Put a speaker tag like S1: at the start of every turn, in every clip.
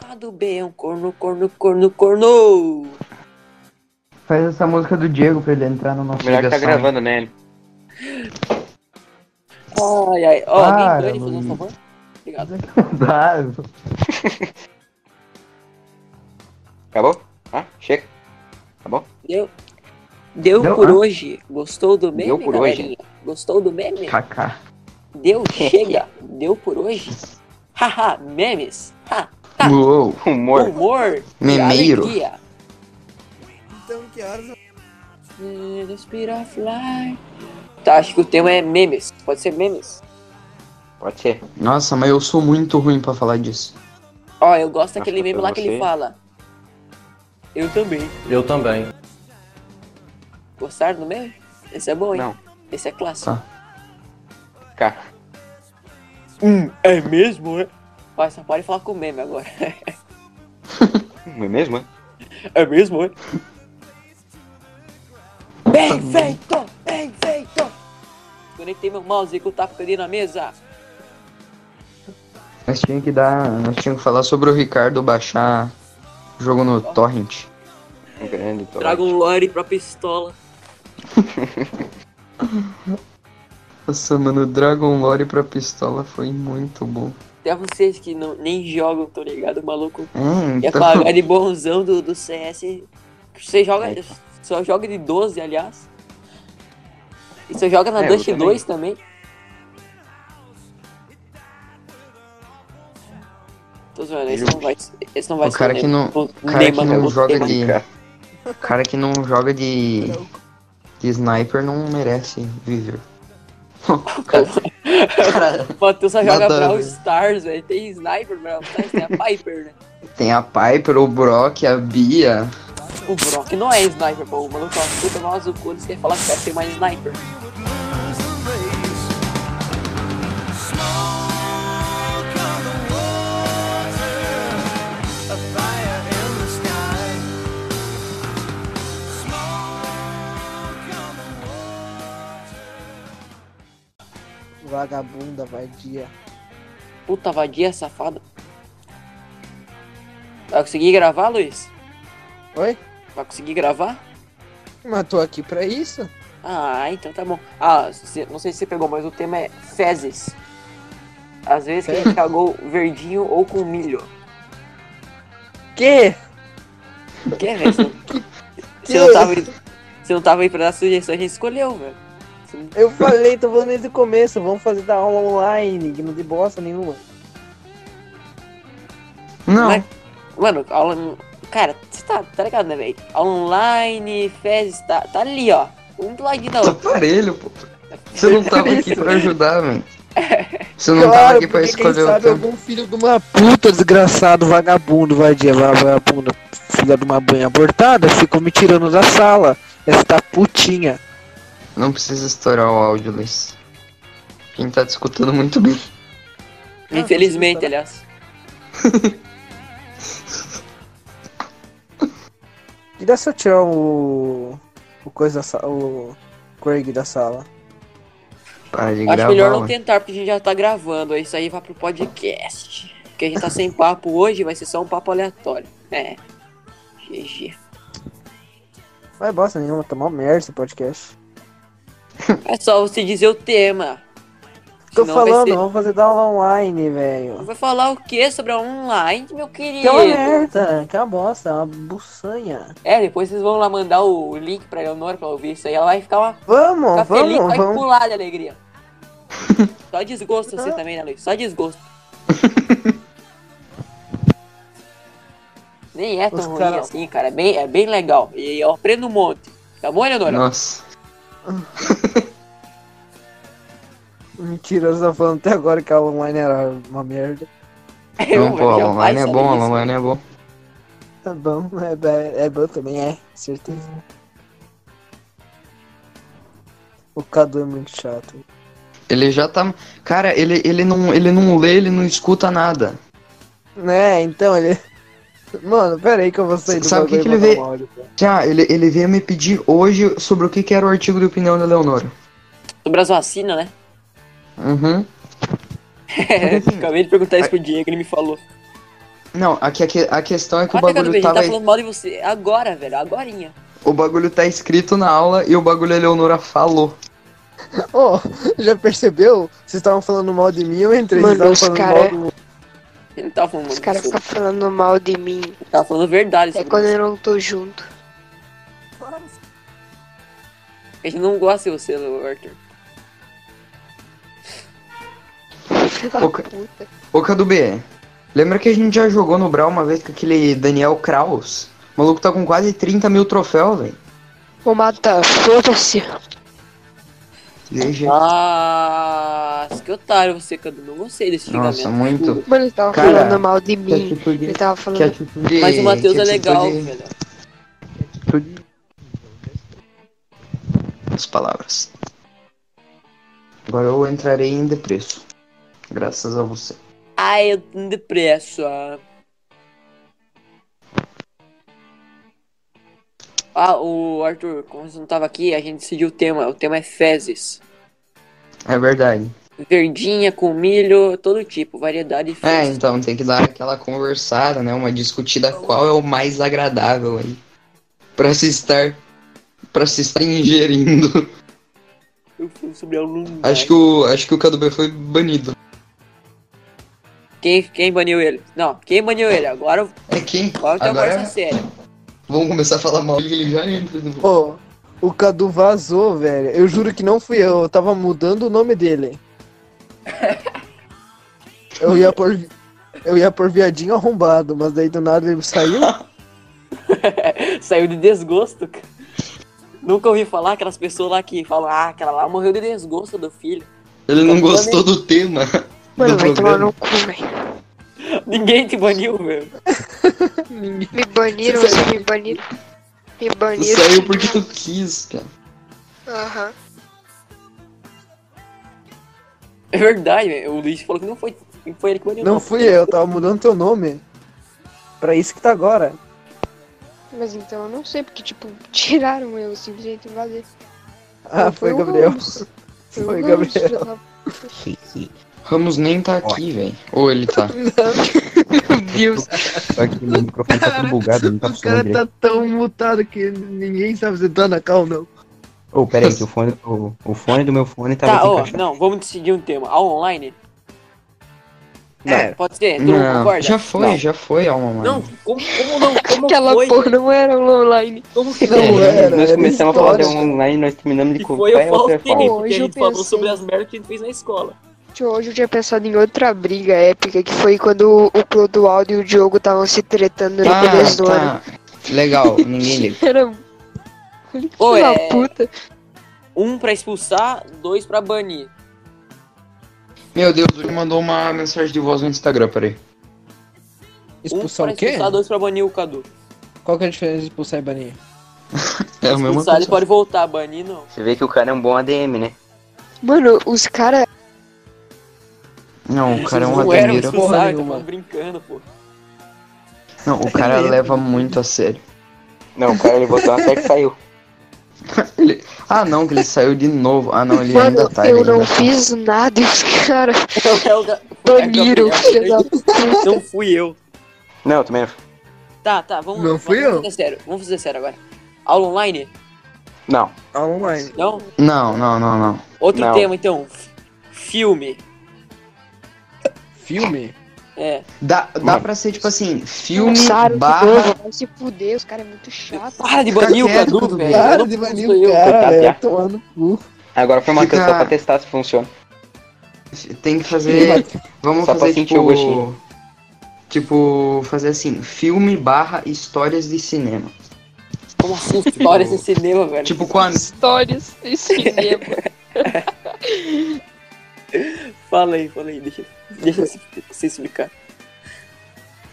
S1: lado B é um corno, corno, corno, corno.
S2: Faz essa música do Diego pra ele entrar no nosso
S3: Melhor que tá
S2: ligação.
S3: gravando, né? ele?
S1: Ai, ai. Ó,
S2: Para,
S1: alguém ganha, por
S2: Luiz.
S1: favor? Obrigado.
S2: Dá.
S3: Acabou? Ah, chega. Acabou?
S1: Deu, deu,
S2: Deu,
S1: por
S2: ah.
S1: hoje. Gostou do meme,
S3: Deu por hoje.
S1: galerinha? Gostou do meme?
S2: Kaká.
S1: Deu, chega. Deu por hoje. Haha, memes. Ha,
S4: Tá.
S2: Uou.
S3: Humor.
S1: humor. e
S2: Memeiro.
S1: alegria.
S5: Então, que horas
S1: Respira, fly. Tá, acho que o tema é memes. Pode ser memes.
S3: Pode ser.
S4: Nossa, mas eu sou muito ruim pra falar disso.
S1: Ó, eu gosto daquele
S3: Acho que
S1: meme lá
S3: pra
S1: que
S3: você.
S1: ele fala. Eu também.
S6: Eu também.
S1: Gostaram do meme? Esse é bom, hein?
S3: Não.
S1: Esse é clássico.
S4: Tá.
S3: Cá.
S1: Hum, é mesmo, é? Vai, só pode falar com meme agora.
S3: Não é mesmo? é?
S1: É mesmo, é? Bem feito! Bem feito! Conectei meu mouse com o taco ali na mesa.
S4: Nós tínhamos que dar. Nós tínhamos que falar sobre o Ricardo baixar jogo no Torrent.
S3: Um grande torrent.
S1: Traga um lore pra pistola.
S4: Nossa, mano, Dragon Lore pra pistola foi muito bom.
S1: Até vocês que não, nem jogam, tô ligado, maluco.
S4: É,
S1: Ia
S4: então.
S1: pagar de bonzão do, do CS. Você joga.
S3: É, então.
S1: Só joga de 12, aliás. E você joga na
S3: É, eu
S1: Dust
S3: também.
S1: 2 também. Tô zoando, esse não vai, esse não vai
S4: O cara que não-
S1: o
S4: cara
S1: Neymar
S4: que
S1: vai
S4: não
S1: botar
S4: joga
S1: Neymar.
S4: de- O cara que não joga de. de sniper não merece viver. O cara- cara,
S1: Matheus só
S4: Nada
S1: joga
S4: a
S1: Brawl
S4: ver.
S1: Stars, velho. Tem Sniper, Brawl Stars, tem a Piper, né?
S4: tem a Piper, o Brock, a Bia.
S1: O Brock não é Sniper, pô. O maluco é uma puta mal azul quando você quer falar que o cara tem mais Sniper.
S5: Vagabunda, vadia.
S1: Puta vadia safada. Vai conseguir gravar, Luiz?
S5: Oi?
S1: Vai conseguir gravar?
S5: Mas tô aqui pra isso?
S1: Ah, então tá bom. Ah, se- não sei se você pegou, mas o tema é fezes. Às vezes que a gente cagou verdinho ou com milho.
S5: Que?
S1: Que é, velho? Você não tava, aí- você não tava aí pra dar sugestão, a gente escolheu, velho. Você não-
S5: Eu falei, tô falando desde o começo. Vamos fazer da aula online, que não tem bosta nenhuma.
S4: Não,
S1: Mas- Mano, aula. Cara, você tá, tá ligado, né, velho? Aula online, fezes, tá, tá ali, ó. Um do ladinho da
S4: do
S1: outra.
S4: aparelho, pô. Você não tava aqui pra ajudar, velho.
S1: É.
S4: Você não tava aqui pra
S5: porque quem
S4: escolher o
S5: sabe
S4: tempo.
S5: algum filho de uma puta desgraçado, vagabundo, vadia, va- vagabunda, filha de uma banha abortada, ficou me tirando da sala. Esta putinha.
S4: Não precisa estourar o áudio, Luiz. Quem tá te escutando muito bem.
S1: Infelizmente, aliás.
S5: E dá se eu tirar o. o coisa da sala. o. Craig da sala.
S4: Para de
S1: Acho
S4: gravar.
S1: melhor não
S4: ué.
S1: tentar, porque a gente já tá gravando. Isso aí vai pro podcast. Porque a gente tá sem papo hoje, vai ser só um papo aleatório. É. GG.
S5: Vai bosta nenhuma, tá mó merda esse podcast.
S1: É só você dizer o tema.
S5: Tô
S1: Senão vai
S5: falando,
S1: ser-
S5: vamos fazer da aula online, velho.
S1: Vai falar o que sobre a online, meu querido?
S5: Que é uma merda, que é uma bosta, é uma buçanha.
S1: É, depois vocês vão lá mandar o link pra Eleonora pra ouvir isso aí. Ela vai ficar, uma...
S5: Vamos,
S1: ficar Tá feliz,
S5: vamos,
S1: vai
S5: vamos.
S1: pular de alegria. Só desgosto você também, né, Luiz? Só desgosto. Nem é tão
S5: Os
S1: ruim
S5: cara-
S1: assim, cara. É bem, é bem legal. E eu aprendo um monte. Tá bom, Eleonora?
S4: Nossa.
S5: Mentira, você tá falando até agora que a aula online era uma merda.
S1: Eu
S4: Não, pô,
S1: já
S4: a online é
S1: faço
S4: bom, a
S1: isso.
S4: online é bom.
S5: Tá bom, é, é, é bom também, é, certeza. O Cadu é muito chato.
S4: Ele já tá. Cara, ele, ele, não, ele não lê, ele não escuta nada.
S5: Né, então ele. Mano, pera aí que eu vou sair do
S4: Sabe o que
S5: bagulho
S4: que ele
S5: e
S4: vê?
S5: botar um áudio, cara.
S4: Já, ele, ele veio me pedir hoje sobre o que, que era o artigo de opinião da Leonora.
S1: Sobre as vacinas, né?
S4: Uhum.
S1: Acabei de perguntar isso pro Diego, ele me falou.
S4: Não, aqui, aqui, a questão é que
S1: Ah,
S4: o
S1: tá, cara,
S4: bagulho
S1: ele
S4: tava.
S1: tá falando mal de você agora, velho. Agorinha.
S4: O bagulho tá escrito na aula e o bagulho a Eleonora falou.
S5: Ô, já percebeu? Vocês estavam falando mal de mim, eu entrei.
S7: Mano,
S5: Vocês
S7: os
S5: estavam falando
S4: é
S7: cara-
S5: mal do...
S1: Ele não tava falando mal
S7: Os
S1: de
S7: caras
S1: você.
S7: ficam falando mal de mim.
S1: Ele tava falando verdade.
S7: É
S1: sobre
S7: quando
S1: você.
S7: eu não tô junto.
S1: A gente não gosta de você, Arthur.
S7: Filha
S4: Ô,
S7: da
S4: ca-
S7: puta.
S4: Ô, Cadu B, lembra que a gente já jogou no Brawl uma vez com aquele Daniel Kraus? O maluco tá com quase 30 mil troféus, velho.
S7: Vou matar, foda-se.
S4: GG.
S1: Ah, que otário você, Cadu. Não gostei desse
S4: Nossa,
S1: julgamento.
S4: muito.
S7: Mano, ele tava
S4: Cara,
S7: falando mal de
S4: Que
S7: mim. Ele
S4: atitude.
S7: tava
S4: Que é
S7: falando.
S4: atitude.
S1: Mas o Matheus
S4: que tipo
S1: é legal,
S4: atitude-
S1: velho.
S4: atitude- As palavras. Agora eu entrarei em depresso. Graças a você.
S1: Ai, eu tô depresso. ah. Ah, o Arthur, como você não tava aqui, a gente decidiu o tema. O tema é fezes.
S4: É verdade.
S1: Verdinha, com milho, todo tipo, variedade de
S4: É,
S1: fezes.
S4: então tem que dar aquela conversada, né? Uma discutida qual é o mais agradável aí. Pra se estar. Pra se estar ingerindo.
S1: Eu fui sobre aluno.
S4: Acho que o. Acho que o Cadu B foi banido.
S1: Quem, quem baniu ele? Não, quem baniu ele? Agora,
S4: É quem?
S1: agora tem uma conversa
S4: Agora
S1: séria.
S4: vamos começar a falar mal dele, ele já entra no.
S5: Ô, o Cadu vazou, velho. Eu juro que não fui eu. Eu tava mudando o nome dele. Eu ia por... Eu ia por viadinho arrombado, mas daí do nada ele saiu.
S1: Saiu de desgosto, cara. Nunca ouvi falar aquelas pessoas lá que falam, ah, aquela lá morreu de desgosto do filho.
S4: Ele
S1: Tá
S4: não gostou do tema.
S7: Mano,
S4: do
S7: vai
S4: programa.
S7: tomar no cu, velho.
S1: Ninguém te baniu, meu.
S7: Me baniram,
S4: Você
S7: velho. Me baniram. Me
S4: Tu
S7: baniram.
S4: saiu porque tu quis, cara.
S7: Aham.
S1: É verdade, meu. O Luiz falou que não foi, que foi ele que baniu.
S5: Não fui eu, eu tava mudando teu nome. Pra isso que tá agora.
S7: Mas então eu não sei porque, tipo, tiraram eu simplesmente invadiram.
S5: Ah,
S7: Não,
S5: foi
S7: o
S5: Gabriel.
S7: Ramos.
S5: Foi
S7: o
S5: Gabriel.
S7: filho da
S4: Ramos nem tá aqui, velho. Ou ele tá.
S7: Meu Deus.
S3: Só que meu microfone tá tudo bugado, não tá
S5: O cara
S3: funcionando direito.
S5: tá tão mutado que ninguém sabe se tá na cal, não.
S3: Ô, pera aí, que o fone, o, o fone do meu fone tava
S1: Tá,
S3: aqui
S1: ó,
S3: encaixado.
S1: não, vamos decidir um tema. A online?
S5: É.
S1: Pode ser? Tu não
S4: Não,
S1: concorda?
S4: já foi,
S1: Não.
S4: já foi, Alma. Mãe. Tá,
S1: Não, como, como não? Como
S7: Aquela
S1: foi?
S7: porra não era online.
S1: Como que
S5: Não
S1: não?
S5: é. era,
S3: nós
S5: era
S3: começamos a falar de
S5: história.
S3: online, nós terminamos de
S1: E foi eu
S3: qualquer
S1: faltei,
S3: outra forma.
S1: porque a
S7: Hoje eu
S1: gente falou
S7: pensei.
S1: sobre as merdas que a gente fez na escola.
S7: Tio, Hoje eu tinha pensado em outra briga épica, que foi quando o Clodoaldo e o Diogo estavam se tretando no começo do
S4: Ah,
S7: ano.
S4: tá. Legal, ninguém liga.
S7: Era...
S1: um
S7: Olha que
S1: Ô,
S7: filho da
S1: é-
S7: puta.
S1: Um pra expulsar, dois pra banir. Um
S4: Meu Deus, ele mandou uma mensagem de voz no Instagram, peraí.
S1: um pra expulsar, dois pra banir o Cadu.
S5: Qual que é a diferença de expulsar e banir?
S4: É o mesmo.
S1: expulsar, ele pode voltar, banir não.
S3: Você vê que o cara é um bom ADM, né?
S7: Mano, os caras...
S4: Não, o cara é um
S1: Não era
S4: ademeiro.
S5: Porra
S1: expulsar,
S5: nenhuma.
S1: tava brincando, pô.
S4: Não, o cara leva muito a sério.
S3: Não, o cara ele botou uma certa e saiu.
S4: Ah, não, que ele saiu de novo. Ah, não, ele
S7: Mano,
S4: ainda tá. ele
S7: eu não
S4: ainda tá.
S7: fiz nada e os caras
S1: É o Ga-
S7: baniram,
S1: Gabriel,
S7: filho da
S1: Não fui eu.
S3: Não, também não.
S1: Tá, tá, vamos.
S5: Não fui
S1: vamos
S5: eu.
S1: Fazer sério. Vamos fazer sério agora. Aula online?
S3: Não.
S5: Online.
S1: Não?
S4: Não, não, não, não.
S1: Outro
S3: Não.
S1: tema então. F- Filme.
S5: Filme?
S1: É.
S4: Dá, dá
S3: Mano.
S4: pra ser tipo assim, filme
S7: Pensaram de
S4: barra.
S7: novo, vai se fuder, os caras é muito chato.
S1: Para de banir o
S4: quieto,
S1: Cadu,
S4: Cadu,
S1: velho.
S5: Para
S1: Eu não
S5: de
S1: posso,
S5: banir
S1: eu.
S5: o cara,
S3: coitado, já.
S5: velho. Tomando cu.
S3: Agora foi uma
S4: Fica-
S3: questão pra testar se funciona.
S4: Tem que fazer. Vamos
S3: Só pra
S4: fazer
S3: sentir o
S4: tipo.
S3: gostinho.
S4: Tipo, fazer assim, filme barra histórias de cinema.
S1: Como assim história esse cinema, velho?
S4: Tipo, com a,
S7: Histórias e
S1: é
S7: cinema.
S1: Fala aí, fala aí, deixa, deixa eu se- você explicar.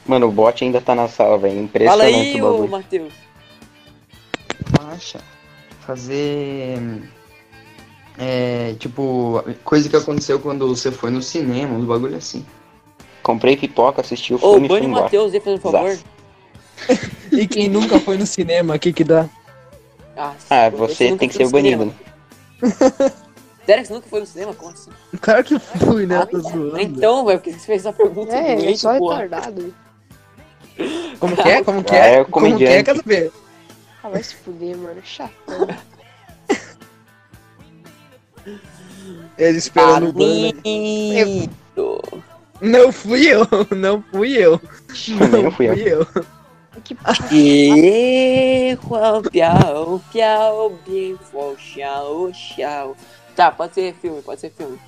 S3: Mano, o bot ainda tá na sala, velho.
S1: Fala
S3: Impressionante
S1: aí,
S3: o
S1: ô
S3: bagulho.
S1: Matheus.
S4: acha fazer é, tipo coisa que aconteceu quando você foi no cinema, uns bagulho assim.
S3: Comprei pipoca, assisti o
S1: Ô,
S3: filme e fui
S1: bane o
S3: embora.
S1: Matheus aí, por favor.
S3: Zaz.
S5: E quem nunca foi no cinema, o que que dá?
S1: Ah,
S3: Ah,
S1: pô,
S3: você
S1: nunca
S3: tem que
S1: foi no
S3: ser banido.
S1: cinema. Sério que você nunca foi no cinema? Como assim?
S5: O cara que fui, né?
S1: Ah,
S5: Tá zoando.
S1: Então, velho, por que você é fez essa pergunta?
S7: É,
S1: doente,
S7: é só
S1: porra?
S7: retardado.
S5: Como que é? Como que
S3: Ah,
S5: é?
S3: é
S5: Como que é,
S3: comediante.
S5: quero ver.
S7: Ah, vai se fuder, mano. Chato.
S5: Ele esperando o banner.
S1: Amigo.
S5: Não fui eu, não fui eu.
S3: Nem fui eu.
S5: Fui eu.
S7: Que
S1: E qual piau, piau, bem, qual, chau, chau. Tá, pode ser filme, pode ser filme.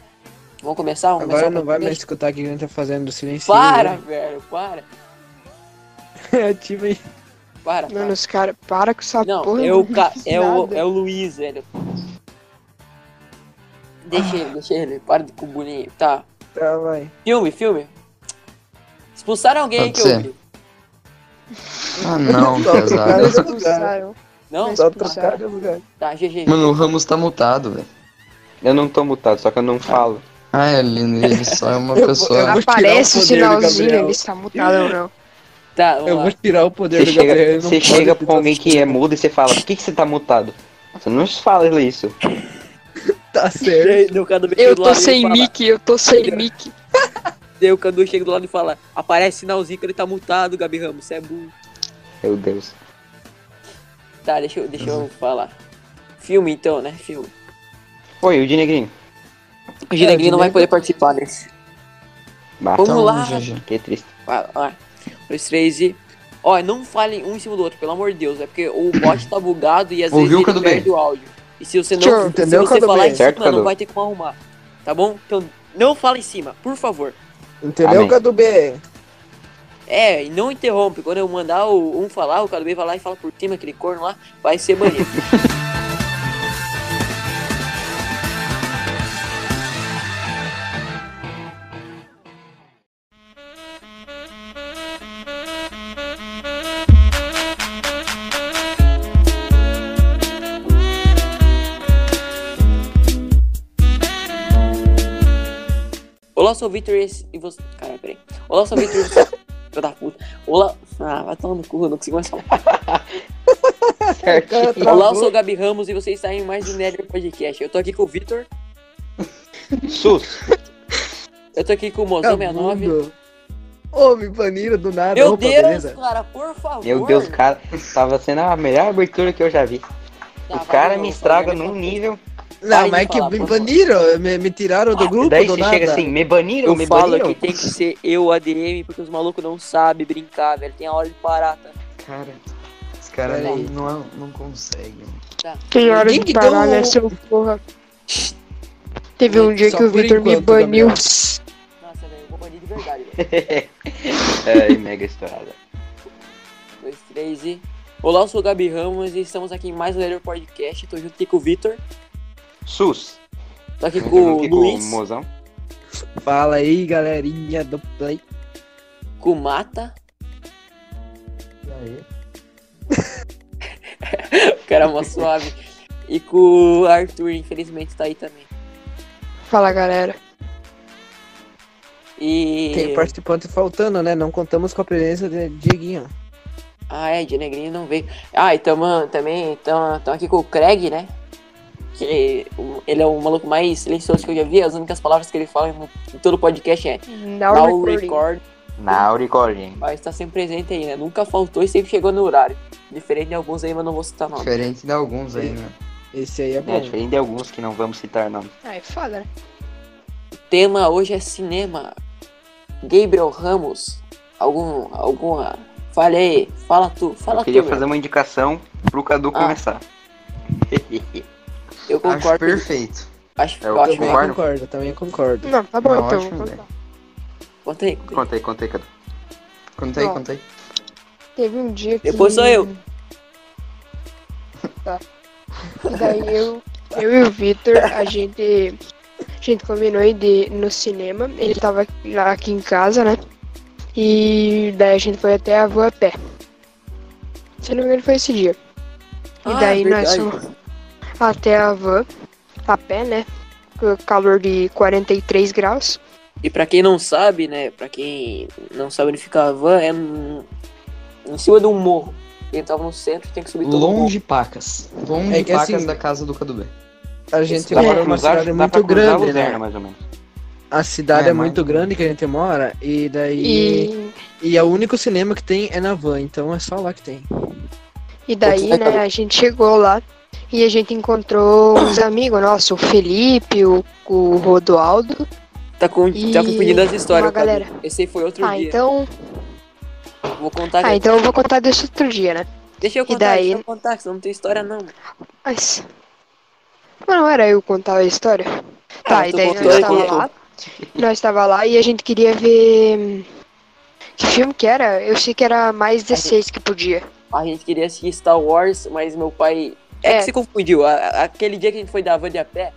S1: Vamos começar? Vamos
S5: Agora
S1: começar
S5: não vai mais escutar o que a gente tá fazendo do silêncio.
S1: Para, velho, para,
S5: Ativa aí.
S1: para. para.
S7: Mano, os caras, para com essa
S1: Não,
S7: porra.
S1: é
S7: eu
S1: o,
S7: não
S1: Ca-
S7: fiz
S1: é, o,
S7: nada.
S1: é o Luiz, velho. Deixa ele, deixa ele. Para de com o bullying. Tá.
S5: Tá, vai.
S1: Filme, filme. Expulsaram alguém aí
S4: Pode
S1: que eu
S4: ser.
S1: vi.
S4: Ah, não,
S5: Não,
S4: pesado.
S5: cara.
S7: Eles expulsaram.
S1: Não?
S7: Mas-
S5: Só trocar de lugar.
S1: Tá, GG.
S4: Mano, o Ramos tá mutado, velho.
S3: Eu não tô mutado, só que eu não falo.
S4: Ah, ele, ele só é uma
S5: Eu- eu-
S4: pessoa.
S5: vou tirar
S7: Aparece
S5: o
S7: o
S5: poder do
S7: sinalzinho,
S5: Gabriel.
S7: ele está mutado ou não.
S1: Tá, vamos
S5: Eu
S1: lá.
S5: vou tirar o poder
S3: Você
S5: do Gabriel.
S3: chega,
S5: ele não
S3: você
S5: pode
S3: chega
S5: ter
S3: com alguém
S5: tanto-
S3: que é mudo e você fala, por que, que você tá mutado? Você não fala isso.
S5: Tá certo.
S1: Deu o Cadu chega do
S7: Eu tô
S1: lado e
S7: sem
S1: fala-
S7: mic, eu tô sem mic.
S1: Daí o Cadu chega do lado e fala: aparece sinalzinho que ele tá mutado, Gabi Ramos, você é burro.
S3: Meu Deus.
S1: Tá, deixa eu, deixa eu falar. Filme então, né? Filme.
S3: Oi, o Dinegrinho.
S1: O Giregri não vai poder participar desse.
S3: Bata.
S1: Vamos lá.
S4: GG.
S3: Que triste.
S1: Vai, vai. Um, dois, três e. Ó, não falem um em cima do outro, pelo amor de Deus. É porque o bot tá bugado e às
S4: Ouviu,
S1: vezes ele
S4: Cadu
S1: perde
S4: Bem?
S1: o áudio. E se você não
S7: Tchau,
S5: entendeu,
S1: se você
S5: Cadu
S1: falar
S5: Bem?
S1: em
S3: Certo,
S1: cima, não
S3: Cadu?
S1: vai ter como arrumar. Tá bom? Então não fala em cima, por favor.
S5: Entendeu,
S3: Amém.
S5: Cadu B?
S1: É, e não interrompe. Quando eu mandar o, um falar, o Cadu Bem vai lá e fala por cima aquele corno lá, vai ser banido. Olá, sou o Victor e esse- e você. Caralho, peraí. Olá, sou o Victor e você. Filho da puta. Olá. Ah, vai tomar no cu, eu não consigo mais falar. é um
S3: Certo.
S1: Olá, eu sou o Gabi Ramos e você está em mais um Nether Podcast. Eu tô aqui com o Victor,
S3: Sus.
S1: eu tô aqui com o Mozão 69.
S5: Vagabundo. Ô, me baniram do nada.
S1: é Meu
S5: Opa,
S1: Deus,
S5: beleza?
S1: cara, por favor.
S3: Meu Deus, cara. Tava sendo a melhor abertura que eu já vi.
S1: Tá,
S3: O
S1: vai
S3: cara
S1: de
S3: me
S1: novo,
S3: estraga
S1: vai de
S3: num
S1: novo.
S3: nível.
S5: Não,
S1: Vai
S5: mas
S1: me
S5: é que
S1: falar,
S5: me
S1: por favor.
S5: baniram, me, me tiraram do grupo
S3: Ah, Daí
S5: do
S3: você
S5: nada.
S3: chega assim, me baniram,
S1: Eu
S3: me
S1: falo
S3: baniram.
S1: que tem que ser eu, ADM, porque os malucos não sabem brincar, velho. Tem a hora de parar, tá?
S4: Cara, os caras
S1: Peraí.
S4: não, é, não conseguem.
S1: Tá.
S7: Tem hora
S5: Ninguém
S7: de
S5: que
S7: parar,
S5: deu-
S7: né, seu porra. Teve um dia
S5: Só
S7: que o
S5: por
S7: Victor me
S5: enquanto, Gabriel.
S7: baniu.
S1: Nossa, velho, eu vou banir de verdade, velho.
S3: Ai, É, mega estourada.
S1: Um, dois, três e. Olá, eu sou o Gabi Ramos e estamos aqui em mais um Nether Podcast. Eu tô junto aqui com o Victor,
S3: Sus.
S1: tô aqui
S3: Eu
S1: com
S3: não
S1: o
S3: fico com o
S1: Luiz,
S3: mozão.
S5: Fala aí, galerinha do Play.
S1: com o Mata. O cara é mó suave. E com o Arthur, infelizmente, tá aí também.
S7: Fala, galera.
S1: E.
S5: Tem participante faltando, né? Não contamos com a presença de Dieguinho.
S1: Ah, é, de Negrinho não veio. Ah, e tamo, também estamos aqui com o Craig, né? Que o- ele é o maluco mais silencioso que eu já vi. As únicas palavras que ele fala em, em todo podcast é
S7: Now,
S5: Tá
S1: now
S7: recording.
S1: record,
S3: Na recording.
S1: mas tá sempre presente aí, né? Nunca faltou e sempre chegou no horário. Diferente de alguns aí, mas não vou citar nome.
S4: Diferente de alguns aí, né?
S5: Esse aí é bom.
S3: É, diferente de alguns que não vamos citar não.
S7: Ah, é foda, né?
S1: O tema hoje é cinema. Gabriel Ramos, algum, alguma. Fala aí, fala tu, fala
S3: eu queria
S1: tu.
S3: fazer
S1: meu.
S3: uma indicação pro Cadu
S1: Ah.
S3: começar.
S1: Eu
S4: Acho
S1: concordo.
S4: perfeito.
S1: Acho, né?
S3: é
S1: eu
S3: o
S1: acho
S3: último
S5: Também
S1: bom.
S3: guarda.
S5: concordo, também concordo.
S7: Não, tá bom,
S4: Não,
S7: então.
S4: ótimo,
S7: vamos
S4: velho.
S7: lá.
S1: Conta aí, conta aí.
S3: Conta aí, conta aí, Cadu.
S4: Contei,
S7: Ó.
S4: contei.
S7: Teve um dia que...
S1: Depois sou eu.
S7: Tá. E daí eu, eu e o Victor, a gente... A gente combinou ir de, no cinema. Ele tava lá aqui em casa, né? E daí a gente foi até a Voa Pé. Se não me engano, foi esse dia. E
S1: Ah,
S7: daí nós
S1: verdade.
S7: fomos até a van, a pé, né? Com calor de 43 graus.
S1: E pra quem não sabe, né? Pra quem não sabe onde fica a van, é num- em cima de um morro. Ele tava no centro, tem que subir todo o morro.
S4: Longe pacas. Longe
S5: É que
S4: pacas
S5: assim-
S4: da casa do Cadu B.
S5: A gente
S3: Dá
S4: É,
S5: mora
S3: pra
S5: numa
S3: cruzar,
S5: cidade
S3: dá
S5: muito
S3: pra cruzar
S4: né?
S5: grande,
S3: Luzerna,
S5: né?
S3: mais ou menos.
S5: A cidade
S4: É,
S5: é
S4: mas-
S5: muito grande que a gente mora e daí
S7: E
S5: E é o único cinema que tem é na van, então é só lá que tem.
S7: E daí, né, a gente chegou lá e a gente encontrou uns amigos nossos, o Felipe, o, o Rodoaldo.
S1: Tá, com,
S7: E
S1: tá confundindo as histórias,
S7: uma galera.
S1: Cadu. Esse aí foi outro
S7: Ah,
S1: dia. é.
S7: então.
S1: Vou contar.
S7: Ah,
S1: já.
S7: então eu vou contar disso outro dia, né?
S1: Deixa eu
S7: e
S1: contar,
S7: daí?
S1: deixa eu contar, que senão não tem história não.
S7: Mas. Mas não era eu contar a história? Tá,
S1: Ah,
S7: e
S1: tu
S7: daí
S1: contou,
S7: nós
S1: eu
S7: tava
S1: conto.
S7: lá. Nós tava lá e a gente queria ver. hum, Que filme que era? Eu sei que era mais 16 que podia.
S1: A gente queria assistir Star Wars, mas meu pai. É,
S7: É.
S1: que se confundiu. A- a- aquele dia que a gente foi da van de a pé,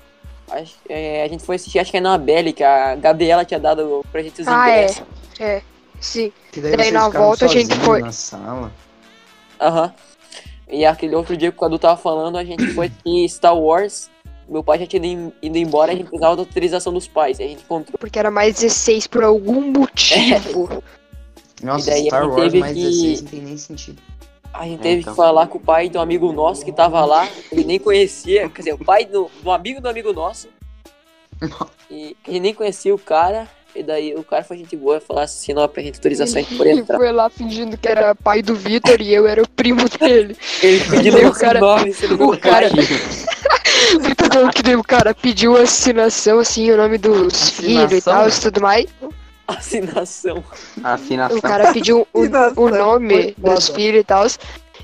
S1: acho- é, a, gente foi assistir, acho que é na Belly, que a Gabriela tinha dado pra gente os
S7: Ah, é.
S1: ingressos.
S7: É. Sim.
S4: Que
S7: Daí
S4: vocês
S7: na
S4: ficaram
S7: volta a gente
S4: sozinhos
S7: foi.
S4: Na sala.
S1: Aham. E aquele outro dia que o Cadu tava falando, a gente foi assistir Star Wars. Meu pai já tinha ido, em- ido embora, a gente precisava da autorização dos pais. Aí a gente encontrou.
S7: Porque era mais 16 por algum motivo.
S4: Nossa,
S1: daí a
S4: Star
S1: gente
S4: Wars
S1: teve
S4: mais
S1: que-
S4: 16 não tem nem sentido.
S1: A gente
S4: É,
S1: teve
S4: então.
S1: que falar com o pai de um amigo nosso que tava lá, ele nem conhecia, quer dizer, o pai do, do amigo do amigo nosso. E ele nem conhecia o cara, e daí o cara foi gente boa, falar assim, não, pra gente autorização, a gente pode
S7: Ele
S1: entrar.
S7: foi lá fingindo que era pai do Vitor e eu era o primo dele.
S1: Ele pediu
S7: Daí o
S1: nosso
S7: cara-
S1: nome, se ele
S7: O cara. O Vitor falou que daí o cara pediu assinação, assim, o nome dos filhos e tal, e tudo mais.
S1: assinação.
S3: Assinação.
S7: O cara pediu o,
S5: Nossa,
S7: o nome
S5: foi foda.
S7: dos filhos e tal.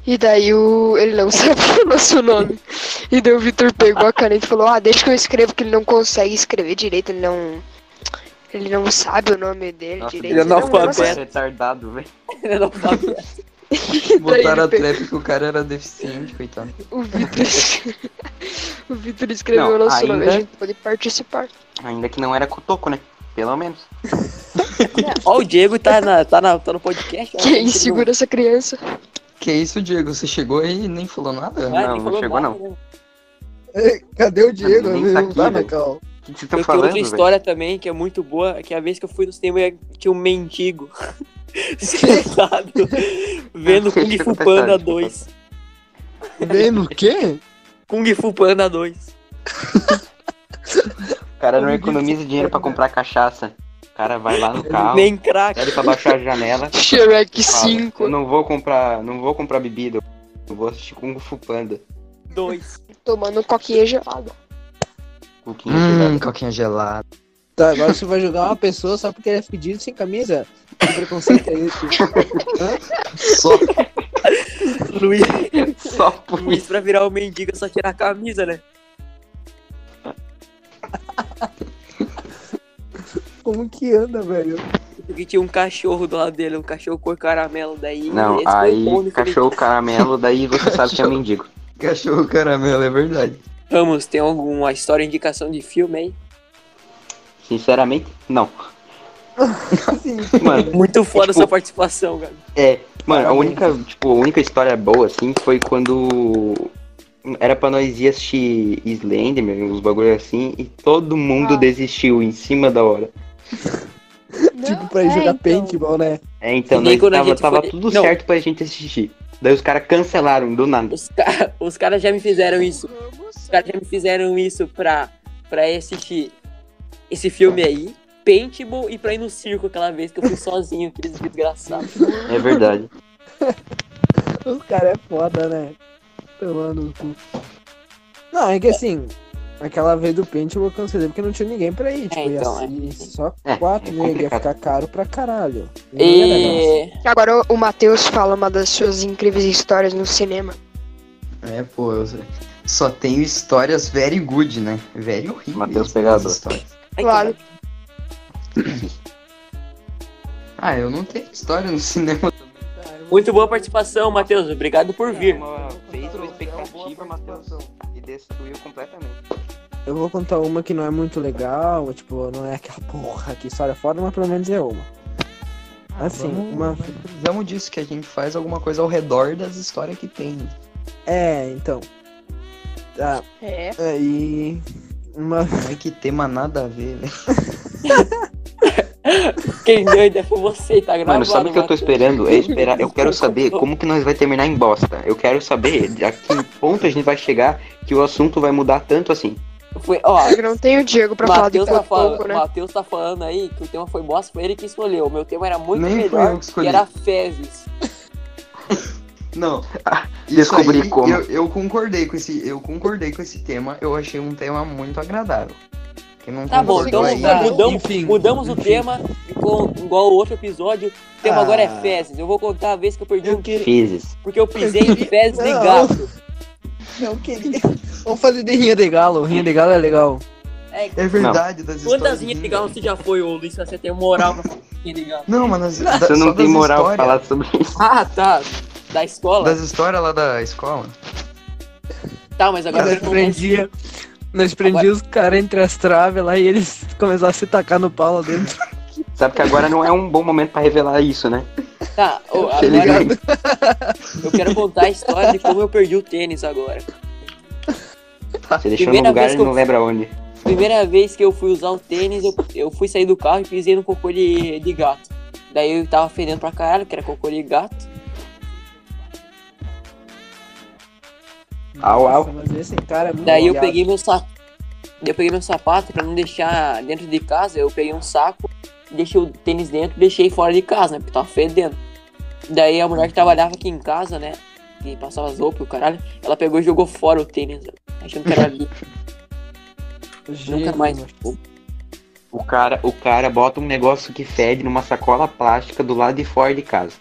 S7: E daí o, ele não sabia o nosso nome. E daí o Vitor pegou a caneta e falou, ah, deixa que eu escrevo, que ele não consegue escrever direito, ele não. Ele não sabe o nome dele
S3: Nossa,
S7: direito.
S1: ele é
S7: Não,
S1: analfabeto.
S7: nossa,
S3: retardado, velho.
S1: Ele não sabe. é
S4: Botaram a
S7: ele pe-
S4: trap que o cara era deficiente, coitado.
S7: O Vitor es- O Vitor escreveu o
S3: Não,
S7: nosso nome, a
S3: ainda-
S7: gente pode participar.
S5: Tá,
S3: Ainda que não era cotoco, né? Pelo menos.
S1: Ó, o Diego tá, na, tá, na, tá no podcast. ó,
S7: Quem
S1: ele
S7: segura essa criança?
S4: Que isso, Diego? Você chegou aí e nem falou nada?
S1: não- Ah, ele
S3: Não, não
S1: falou
S3: chegou,
S1: nada, né?
S5: Cadê o Diego?
S3: nem
S5: Não
S3: tá aqui,
S5: tá na
S3: velho.
S5: cal.
S3: O que que vocês
S1: Eu
S3: estão
S1: tenho
S3: falando,
S1: outra
S3: velho?
S1: história também, que é muito boa, que a vez que eu fui no cinema tinha um mendigo sentado vendo Kung
S3: Deixa eu
S1: Fu
S3: contar a
S1: Panda
S3: história, deixa
S1: 2.
S3: eu
S5: Vendo o quê?
S1: Kung Fu Panda 2.
S3: O cara não economiza dinheiro pra comprar cachaça. O cara vai lá no carro,
S1: Nem craque.
S3: pede pra baixar a janela.
S7: Shrek
S3: fala, Eu
S7: 5,
S3: não vou comprar. Não vou comprar bebida. Eu vou assistir Kung Fu Panda.
S1: Dois.
S7: tomando coquinha gelada.
S3: Coquinha
S4: Hum,
S3: gelada.
S4: coquinha gelada.
S5: Tá, agora você vai julgar uma pessoa só porque ele é fedido sem camisa? Que preconceito é esse?
S4: Só
S1: Luiz,
S3: Só por
S1: Luiz pra virar o mendigo é só tirar a camisa, né?
S5: Como que anda, velho?
S1: Porque tinha um cachorro do lado dele, um cachorro cor caramelo. Daí
S3: Não,
S1: esse foi
S3: aí
S1: o único que-
S3: cachorro caramelo, daí você sabe que é mendigo.
S4: cachorro caramelo, é verdade.
S1: Ramos, tem alguma história, indicação de filme aí?
S3: Sinceramente, não.
S5: Sim.
S3: Mano,
S1: Muito foda
S3: Tipo-
S1: sua participação, cara.
S3: é. Mano, a única, tipo, a única história boa, assim, foi quando era pra nós ir assistir Slenderman, uns bagulho assim, e todo mundo
S7: Ah.
S3: desistiu em cima da hora.
S5: Tipo, pra
S1: É,
S5: ir
S1: então.
S5: jogar paintball, né?
S3: É, então,
S1: E nem
S3: nós
S1: quando a
S3: tava,
S1: gente
S3: tava
S1: foi-
S3: tudo
S1: Não.
S3: certo pra gente assistir. Daí os caras cancelaram do nada.
S1: Os, ca- os caras já me fizeram isso. Os caras já me fizeram isso pra, pra assistir esse filme aí, Paintball, e pra ir no circo aquela vez que eu fui sozinho, aqueles desgraçados.
S3: É verdade.
S5: Os caras é foda, né? Tomando no cu. Não, é que assim, aquela vez do pente eu cancelei porque não tinha ninguém pra ir. Tipo, ia
S1: então, é.
S5: ser só
S3: É,
S5: quatro,
S3: é
S5: né? Ia
S3: complicado.
S5: ficar caro pra caralho. Não ia legal.
S1: E
S7: Agora o- o Matheus fala uma das suas incríveis histórias no cinema.
S4: É, pô, eu só tenho histórias very good, né? Very horrível.
S3: Matheus Pegado.
S1: Ai,
S7: Claro.
S1: que-
S4: Ah, eu não tenho história no cinema.
S1: Muito boa participação, Matheus. Obrigado por vir.
S3: fez É uma expectativa, Matheus, e destruiu completamente.
S5: Eu vou contar uma que não é muito legal, tipo, não é aquela porra que história foda, mas pelo menos é uma.
S1: Ah,
S5: Assim,
S4: Vamos-
S5: uma.
S4: nós Precisamos disso, que a gente faz alguma coisa ao redor das histórias que tem.
S5: É, então. Tá,
S7: É.
S5: aí. Uma
S4: Não é que tema nada a ver, velho.
S1: Quem deu a ideia foi você, tá gravado.
S3: Mano, sabe o que eu tô
S1: Matheus.
S3: esperando? É esperar. Eu quero saber como que nós vai terminar em bosta. Eu quero saber a que ponto a gente vai chegar que o assunto vai mudar tanto assim.
S1: Foi, ó,
S7: Eu não tenho o Diego pra falar de
S1: Matheus tá,
S7: pouco,
S1: falando-
S7: pouco, né?
S1: Matheus tá falando aí que o tema foi bosta, foi ele que escolheu. O meu tema era muito
S4: Nem fui eu
S1: melhor
S4: que
S1: e
S4: escolhi.
S1: era fezes.
S4: Não. isso
S3: descobri
S4: aí,
S3: como.
S4: Eu, eu concordei com esse, eu concordei com esse tema. Eu achei um tema muito agradável. Quem não
S1: Tá bom, então
S4: concordou
S7: aí.
S1: tá, mudamos,
S5: Enfim.
S1: mudamos o tema, ficou igual o outro episódio. O tema
S4: Ah.
S1: agora é fezes. Eu vou contar a vez que eu perdi um tiro
S3: Fezes.
S1: porque eu pisei em fezes de
S5: Não.
S1: gato.
S5: Não queria. Vamos fazer de rinha de galo. Rinha de galo é legal.
S4: É verdade, das
S1: Quantas linhas
S4: histórias
S1: um de
S4: lindas.
S1: galo você já foi, ô Luiz? Você tem moral pra falar de linha de galo?
S4: Não, mas das- da-
S3: Você
S4: só
S3: não tem
S4: das
S3: moral pra
S4: histórias-
S3: falar sobre isso.
S1: Ah, tá. Da escola?
S4: Das histórias lá da escola.
S1: Tá, mas agora
S5: Nós
S1: eu não
S5: prendia, nós prendia os caras entre as traves lá e eles começaram a se tacar no pau lá dentro.
S3: Sabe que agora não é um bom momento pra revelar isso, né?
S1: Tá, ô,
S3: Tá
S1: agora
S3: ligado?
S1: eu quero contar a história de como eu perdi o tênis agora.
S3: Você deixou no
S1: Primeira
S3: lugar
S1: vez
S3: e
S1: que eu-
S3: não lembra onde.
S1: Primeira vez que eu fui usar o tênis, eu, eu fui sair do carro e pisei no cocô de, de gato. Daí eu tava fedendo pra caralho, que era cocô de gato.
S3: Au, au.
S5: Nossa, Mas esse cara é muito
S1: Daí eu
S5: molhado.
S1: peguei meu sapato. Eu peguei meu sapato pra não deixar dentro de casa, eu peguei um saco, deixei o tênis dentro, deixei fora de casa, né? Porque tava fedendo. Daí a mulher que trabalhava aqui em casa, né? Que passava as roupas e o caralho, ela pegou e jogou fora o tênis, né, achando que era ali. Nunca
S5: Gente,
S1: mais.
S5: mano.
S3: O cara, o cara bota um negócio que fede numa sacola plástica do lado de fora de casa.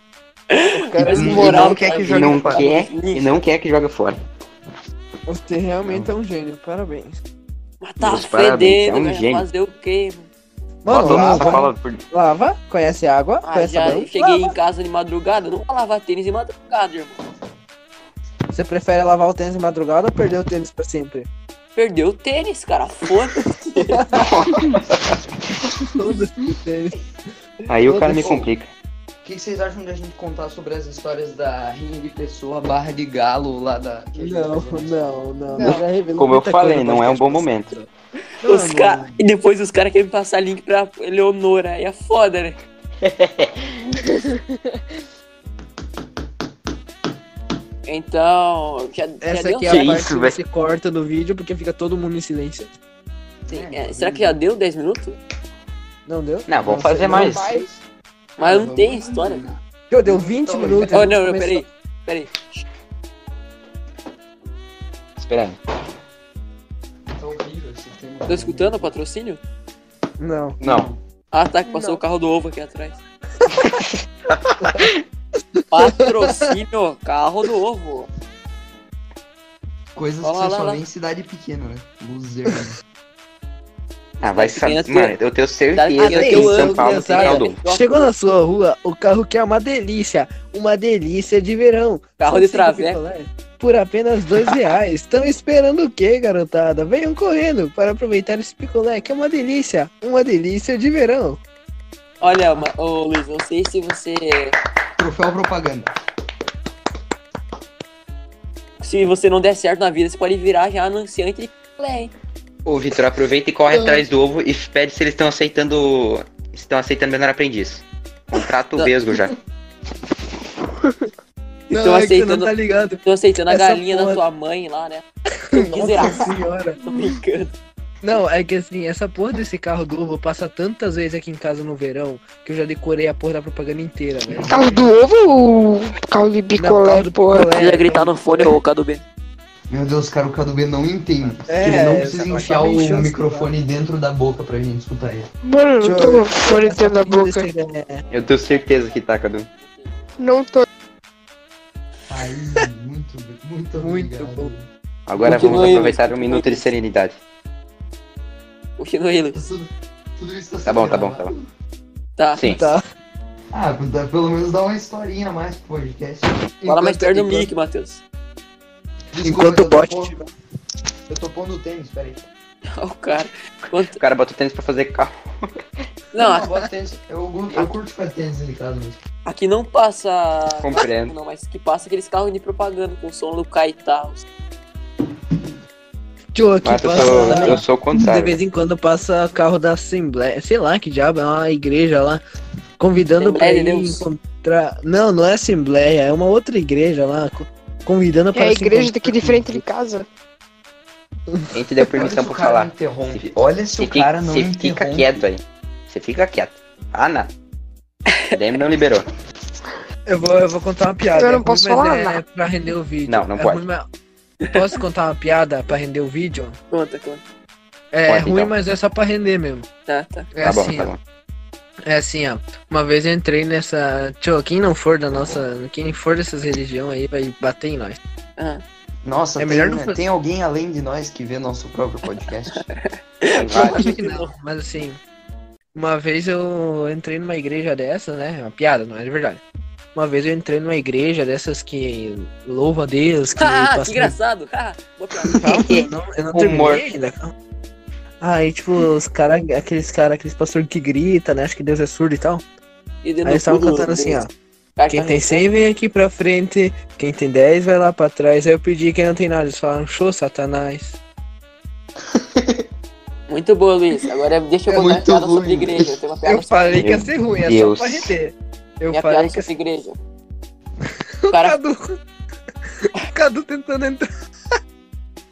S5: O cara é
S1: Mas
S4: E
S5: um-
S1: moral,
S4: não quer
S1: cara,
S4: que
S3: E
S4: jogue
S3: não
S4: fora.
S3: quer, e não quer que joga fora.
S5: Você realmente é um gênio, parabéns.
S1: Mas tava
S3: Meus parabéns, é
S1: fedendo,
S3: um
S1: né?
S3: gênio.
S1: Fazer o quê? mano?
S5: Mano,
S3: Bota uma
S5: lava,
S3: sacola por-
S5: lava, conhece água,
S1: Ah,
S5: conhece
S1: já
S5: sabão.
S1: cheguei
S5: lava.
S1: em casa de madrugada, não vou lavar tênis de madrugada, irmão.
S5: Você prefere lavar o tênis de madrugada ou perder o tênis pra sempre?
S1: Perdeu o tênis, cara, foda.
S5: Todos os tênis.
S3: Aí o cara me
S4: Foda-se.
S3: complica.
S4: O que que vocês acham de a gente contar sobre as histórias da rinha de pessoa barra de galo lá da. que a gente
S5: Não,
S4: fazia na
S5: não, não.
S7: Não.
S5: já revelou
S3: Como eu
S5: muita coisa
S3: falei,
S5: no
S3: não é um
S5: podcast
S3: bom
S5: passado.
S3: momento.
S1: Os ca... E depois os caras querem passar link pra Leonora. Aí é foda, né? então, já, já
S5: Essa
S1: deu?
S5: aqui é a
S3: Que
S5: parte
S3: isso,
S5: que
S3: velho?
S5: você corta no vídeo porque fica todo mundo em silêncio.
S1: Sim,
S5: né?
S1: é, será que já deu 10 minutos?
S5: Não deu?
S3: Não, vamos
S5: sei,
S3: fazer
S5: não.
S3: mais.
S1: Mas não tem história.
S4: né?
S5: Eu deu 20 minutos.
S1: Oh, não, não,
S5: Começou-
S1: peraí. Peraí.
S3: Espera aí.
S4: Tá horrível esse tema.
S1: Tô escutando o patrocínio?
S5: Não.
S3: Não.
S1: Ah, tá, que passou
S7: Não.
S1: o carro do ovo aqui atrás. Patrocínio, carro do ovo.
S4: Coisas
S1: Ó,
S4: que
S1: lá,
S4: você
S1: lá,
S4: só
S1: lá.
S4: vê em cidade pequena, né? Luzerna.
S3: Ah, vai
S1: Pequena
S3: saber. Mano, eu tenho certeza
S1: pequena
S3: que
S1: tem
S3: em
S1: um
S3: São
S1: ano,
S3: Paulo tem
S1: criançada.
S3: caldo.
S5: Chegou na sua rua o carro que é uma delícia. Uma delícia de verão.
S1: Carro
S5: São
S1: de
S5: cinco
S1: traveco.
S5: picolés Por apenas dois reais. Estão esperando o quê, garotada? Venham correndo para aproveitar esse picolé que é uma delícia. Uma delícia de verão.
S1: Olha, ma- ô Luiz, não sei se você.
S4: Troféu propaganda.
S1: Se você não der certo na vida, você pode virar já anunciante de picolé, hein?
S3: Ô, Vitor, aproveita e corre atrás do ovo e pede se eles estão aceitando. se Estão aceitando menor aprendiz. Contrata o
S1: Tá.
S3: Vesgo já.
S1: Não,
S5: não,
S1: Tô
S5: é que você
S1: aceitando.
S5: não tá ligado.
S1: Tô aceitando a
S5: Essa
S1: galinha da
S5: porra.
S1: tua mãe lá, né? Que
S5: Nossa
S1: zeraço.
S5: senhora.
S1: Tô brincando.
S5: Não, é que assim, essa porra desse carro do ovo passa tantas vezes aqui em casa no verão que eu já decorei a porra da propaganda inteira, velho.
S7: Carro do ovo ou carro de
S5: Não,
S7: picolé,
S5: carro do
S7: porra?
S5: picolé,
S1: Queria gritar no fone ô Cadu B.
S4: Meu Deus, cara, o Cadu não entende.
S5: É,
S4: ele não
S5: essa
S4: precisa
S5: coisa
S4: enfiar
S5: tá
S4: o
S5: meio chance,
S4: microfone dentro da boca pra gente escutar ele.
S7: Mano, eu não tô com fone
S5: Essa
S7: dentro da
S5: porra
S7: boca.
S5: desse- é,
S3: Eu tenho certeza que tá, Cadu.
S7: Não tô. é
S4: Aí, muito, muito
S5: Muito
S4: obrigado.
S5: bom.
S3: Agora
S1: Continua
S3: vamos
S1: aí,
S3: aproveitar um
S1: Vitor.
S3: minuto de serenidade.
S1: Continua aí, Luiz.
S4: Tudo, tudo isso
S3: Tá bom, tá bom, tá bom.
S1: Tá.
S3: Sim.
S5: Tá.
S4: Ah, dá- pelo menos dá uma historinha a mais pro podcast.
S1: Fala mais
S5: Enquanto-
S1: perto do
S5: enquanto-
S1: Mickey, Matheus.
S4: Desculpa,
S5: Enquanto o
S4: eu tô
S5: bot
S4: pondo-
S5: tiver-
S4: Eu tô pondo o tênis, peraí.
S1: Ó, o cara. Quanto...
S3: O cara bota o tênis pra fazer carro.
S1: Não,
S4: eu, boto tênis, eu, gu- eu curto ficar tênis em casa mesmo.
S1: aqui não passa.
S3: Compreendo.
S1: Não, mas que passa aqueles carros de propaganda com o som do Caetano.
S5: Tio, aqui
S3: Mas eu
S5: passa. né?
S3: sou, eu sou o
S5: De
S3: contrário.
S5: vez em quando passa carro da Assembleia, sei lá que diabo, é uma igreja lá, convidando para
S1: Assembleia
S5: ir
S1: de Deus.
S5: encontrar. Não, não é Assembleia, é uma outra igreja lá, co- convidando
S7: É
S5: para
S7: a igreja daqui de frente de casa.
S3: A gente deu permissão pra
S4: o cara
S3: falar.
S4: não interrompe.
S3: Se-
S4: Olha se
S3: Você
S4: o cara
S3: fica,
S4: não
S3: você fica
S4: interrompe.
S3: quieto aí. Você fica quieto. Ana. Demi não liberou.
S5: Eu vou, eu vou contar uma piada.
S7: Eu não
S5: É
S7: posso
S5: ruim, mas
S7: falar
S5: é
S7: nada.
S5: pra render o vídeo.
S3: Não, não
S5: É
S3: pode.
S5: ruim, mas- Posso contar uma piada pra render o vídeo?
S1: Conta, conta.
S5: É
S3: Pode,
S5: ruim,
S3: então.
S5: mas é só pra render mesmo.
S1: Tá, tá.
S5: É
S3: tá
S5: assim,
S3: bom, tá
S5: ó.
S3: bom.
S5: É assim, ó. Uma vez eu entrei nessa. Tio, quem não for da nossa. Quem for dessas religiões aí vai bater em nós.
S1: Ah,
S4: Nossa,
S5: É
S4: tem, né,
S5: melhor não fazer.
S4: tem alguém além de nós que vê nosso próprio podcast?
S3: Tem
S5: Eu
S3: vários.
S5: acho que não, mas assim. Uma vez eu entrei numa igreja dessa, né? É uma piada, não é de verdade. Uma vez eu entrei numa igreja dessas que louva a Deus, que
S1: Ah, que
S5: passa-
S1: engraçado. Ah, boa piada.
S5: Calma, eu não, eu não
S3: Humor.
S5: terminei ainda. calma. Aí, tipo, os caras, aqueles caras, aqueles pastores que grita, né? Acho que Deus é surdo e tal.
S1: E dentro
S5: Aí
S1: do
S5: eles estavam
S1: fundo,
S5: cantando assim, ó.
S1: cara,
S5: Quem
S1: tá
S5: tem 100 vem aqui pra frente, quem tem 10 vai lá pra trás. Aí eu pedi quem não tem nada, eles falaram, show, satanás.
S1: Muito boa, Luiz. Agora deixa eu
S4: É
S1: contar uma
S4: muito
S1: piada sobre
S4: ruim.
S1: igreja. Tem uma piada
S5: Eu falei que ia
S3: Meu
S5: ser ruim, é só
S3: Deus.
S5: pra render. Eu
S1: minha
S5: falei
S1: piada
S5: que
S1: sobre
S5: ia ser
S1: igreja.
S5: o
S1: O cara,
S5: Cadu. O Cadu tentando entrar.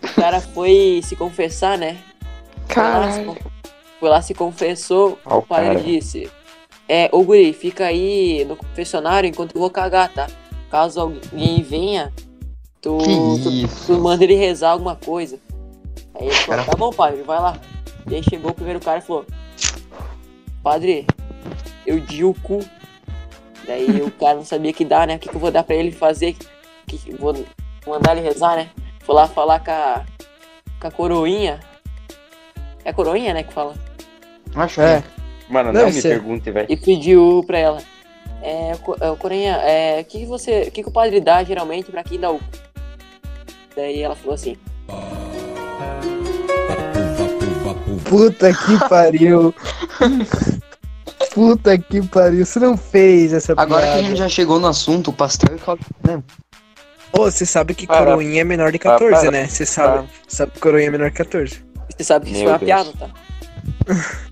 S1: o cara foi se confessar, né? Foi lá, se
S7: Caralho.
S1: con- Foi lá, se confessou.
S3: Ó, o
S1: O padre
S3: cara.
S1: disse: É, ô guri, fica aí no confessionário enquanto eu vou cagar, tá? Caso alguém venha, tu, tu,
S4: que isso?
S1: tu manda ele rezar alguma coisa. Aí ele falou:
S4: Cara-
S1: Tá bom, padre, vai lá. E aí chegou o primeiro cara e falou: Padre, eu di o cu. Daí o cara não sabia que dar, né? O que, que eu vou dar pra ele fazer? Que, que- vou mandar ele rezar, né? Foi lá falar com a, com a coroinha. É a coroinha, né? Que fala.
S4: Acho
S5: É.
S4: que
S3: Mano,
S5: Deve
S3: não me
S5: ser.
S3: pergunte, velho.
S1: e pediu pra ela. É, co- é, Corinha, é, que que você, que, que o padre dá geralmente pra quem dá o. cu?" Daí ela falou assim:
S5: Puta que pariu. Puta que pariu, você não fez essa
S4: Agora que a
S5: piada.
S4: gente já chegou no assunto, o pastor
S5: Ô, você sabe que
S3: Para.
S5: coroinha é menor de 14,
S3: Para.
S5: né? Você sabe, sabe que coroinha é menor de 14.
S1: Você sabe que isso
S3: Meu
S1: foi uma piada,
S3: Deus.
S1: tá?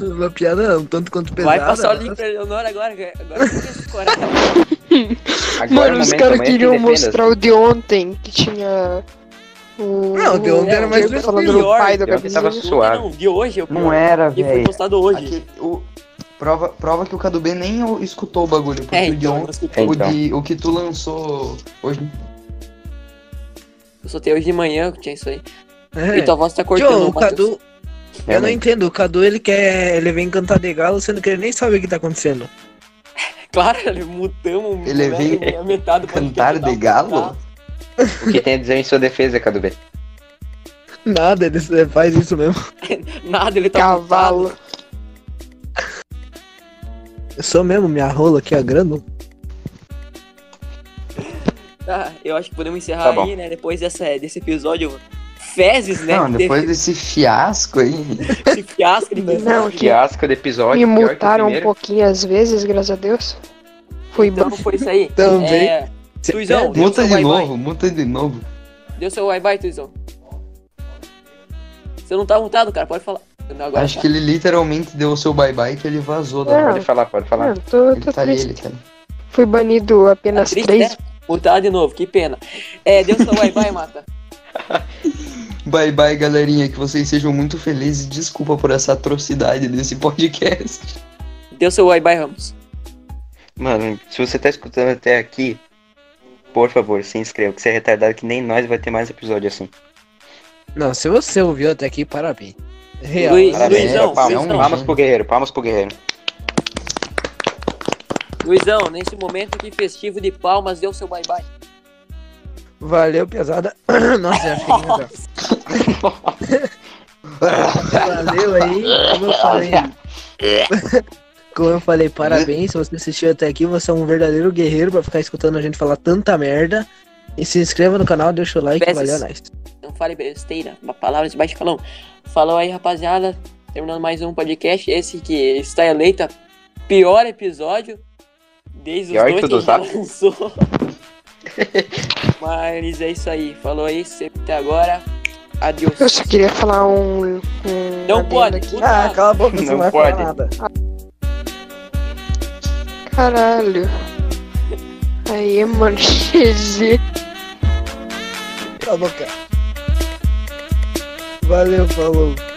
S5: Uma piada um tanto quanto pesada. né?
S1: Vai passar o link pra Eleonora agora, que- agora eu fiquei com coragem.
S3: Agora
S7: Mano,
S3: é o
S7: os
S3: momento,
S7: caras
S3: amanhã
S7: queriam
S3: se defenda.
S7: mostrar o de ontem, que tinha o.
S5: Não, Ah, o de ontem era mais
S7: Diego falando do
S1: tranquilo.
S7: pai do
S3: Eu acho que tava
S7: cabezinho.
S3: suave.
S1: Não, de hoje eu
S4: não era,
S1: E foi
S4: velho.
S1: postado hoje.
S4: Aqui, o- Prova, prova que o Cadu B nem o- escutou o bagulho, porque
S1: É,
S4: o, de
S1: então,
S4: ontem-
S1: eu escutei.
S4: o,
S3: Então.
S4: de- o que tu lançou hoje.
S1: Eu soltei hoje de manhã que tinha isso aí.
S5: É.
S1: E tua voz tá cortando.
S5: Joe, o
S1: Matheus.
S5: Cadu, eu não
S3: Realmente.
S5: entendo, o Cadu ele quer, ele vem cantar de galo sendo que ele nem sabe o que tá acontecendo.
S1: Claro, ele mutamos
S4: Ele
S1: né,
S4: veio
S1: a metade do
S4: cantar
S1: podcast,
S4: de
S1: tá?
S4: galo?
S3: O que tem a dizer em sua defesa, Cadu B?
S5: Nada, ele faz isso mesmo.
S1: Nada, ele tá
S7: Cavalo.
S5: Eu sou mesmo, minha rola aqui, a grana.
S1: Tá, eu acho que podemos
S3: Tá
S1: encerrar
S3: bom.
S1: aí, né? Depois dessa, desse episódio fezes, né?
S4: Não, depois desse fiasco aí.
S1: Desse fiasco de
S7: Não, que
S3: Fiasco do episódio.
S7: me
S3: pior que o
S7: multaram um
S3: primeiro.
S7: pouquinho às vezes, graças a Deus. Foi bom.
S1: Então foi isso aí.
S5: Também.
S1: É, Tuizão, deu
S4: Muta
S1: seu
S4: de
S1: bye-bye.
S4: novo, muta de novo.
S1: Deu seu bye-bye, Tuizão. Você não tá montado, cara, pode falar. Não, agora
S4: Acho
S1: tá.
S4: que ele literalmente deu o seu bye-bye que ele vazou da
S7: Não.
S4: hora.
S3: Pode falar, pode falar.
S7: Não, tô,
S4: Ele
S7: tô
S4: tá ali,
S7: triste.
S4: ele tá ali.
S7: Fui banido apenas
S1: Tá triste,
S7: três.
S1: né? Montado de novo, que pena. É, deu seu bye-bye, Mata.
S4: Bye bye, galerinha. Que vocês sejam muito felizes. Desculpa por essa atrocidade desse podcast.
S1: Deu seu bye-bye, Ramos.
S3: Mano, se você tá escutando até aqui, por favor, se inscreva, que você é retardado que nem nós vai ter mais episódio assim.
S5: Não, se você ouviu até aqui, parabéns. Real.
S1: Luiz,
S3: Parabéns, é,
S1: Luizão,
S3: palmas,
S1: Luizão.
S3: palmas pro guerreiro, palmas pro guerreiro.
S1: Luizão, nesse momento que festivo de palmas, deu seu bye-bye.
S5: Valeu, pesada. Nossa, já fiquei melhor. Valeu aí, como eu falei. Como eu falei, parabéns. Se você assistiu até aqui, você é um verdadeiro guerreiro pra ficar escutando a gente falar tanta merda. E se inscreva no canal, deixa o like,
S1: Peças.
S5: valeu, é nice.
S1: Não fale besteira, uma palavra de baixo calão. Falou aí, rapaziada. Terminando mais um podcast. Esse que está eleito a pior episódio desde
S3: Pior
S1: os
S3: que
S1: dois
S3: o do
S1: que a
S3: Zap?
S1: gente lançou. Mas é isso aí. Falou aí, sempre até agora. Adeus.
S7: Eu só queria falar um. um
S1: Não
S7: adendo
S1: pode.
S7: aqui.
S1: Ah,
S5: cala a boca,
S3: você não vai falar pode.
S5: nada.
S7: Caralho. Aí, mano, GG.
S5: Cala a boca. Valeu, falou.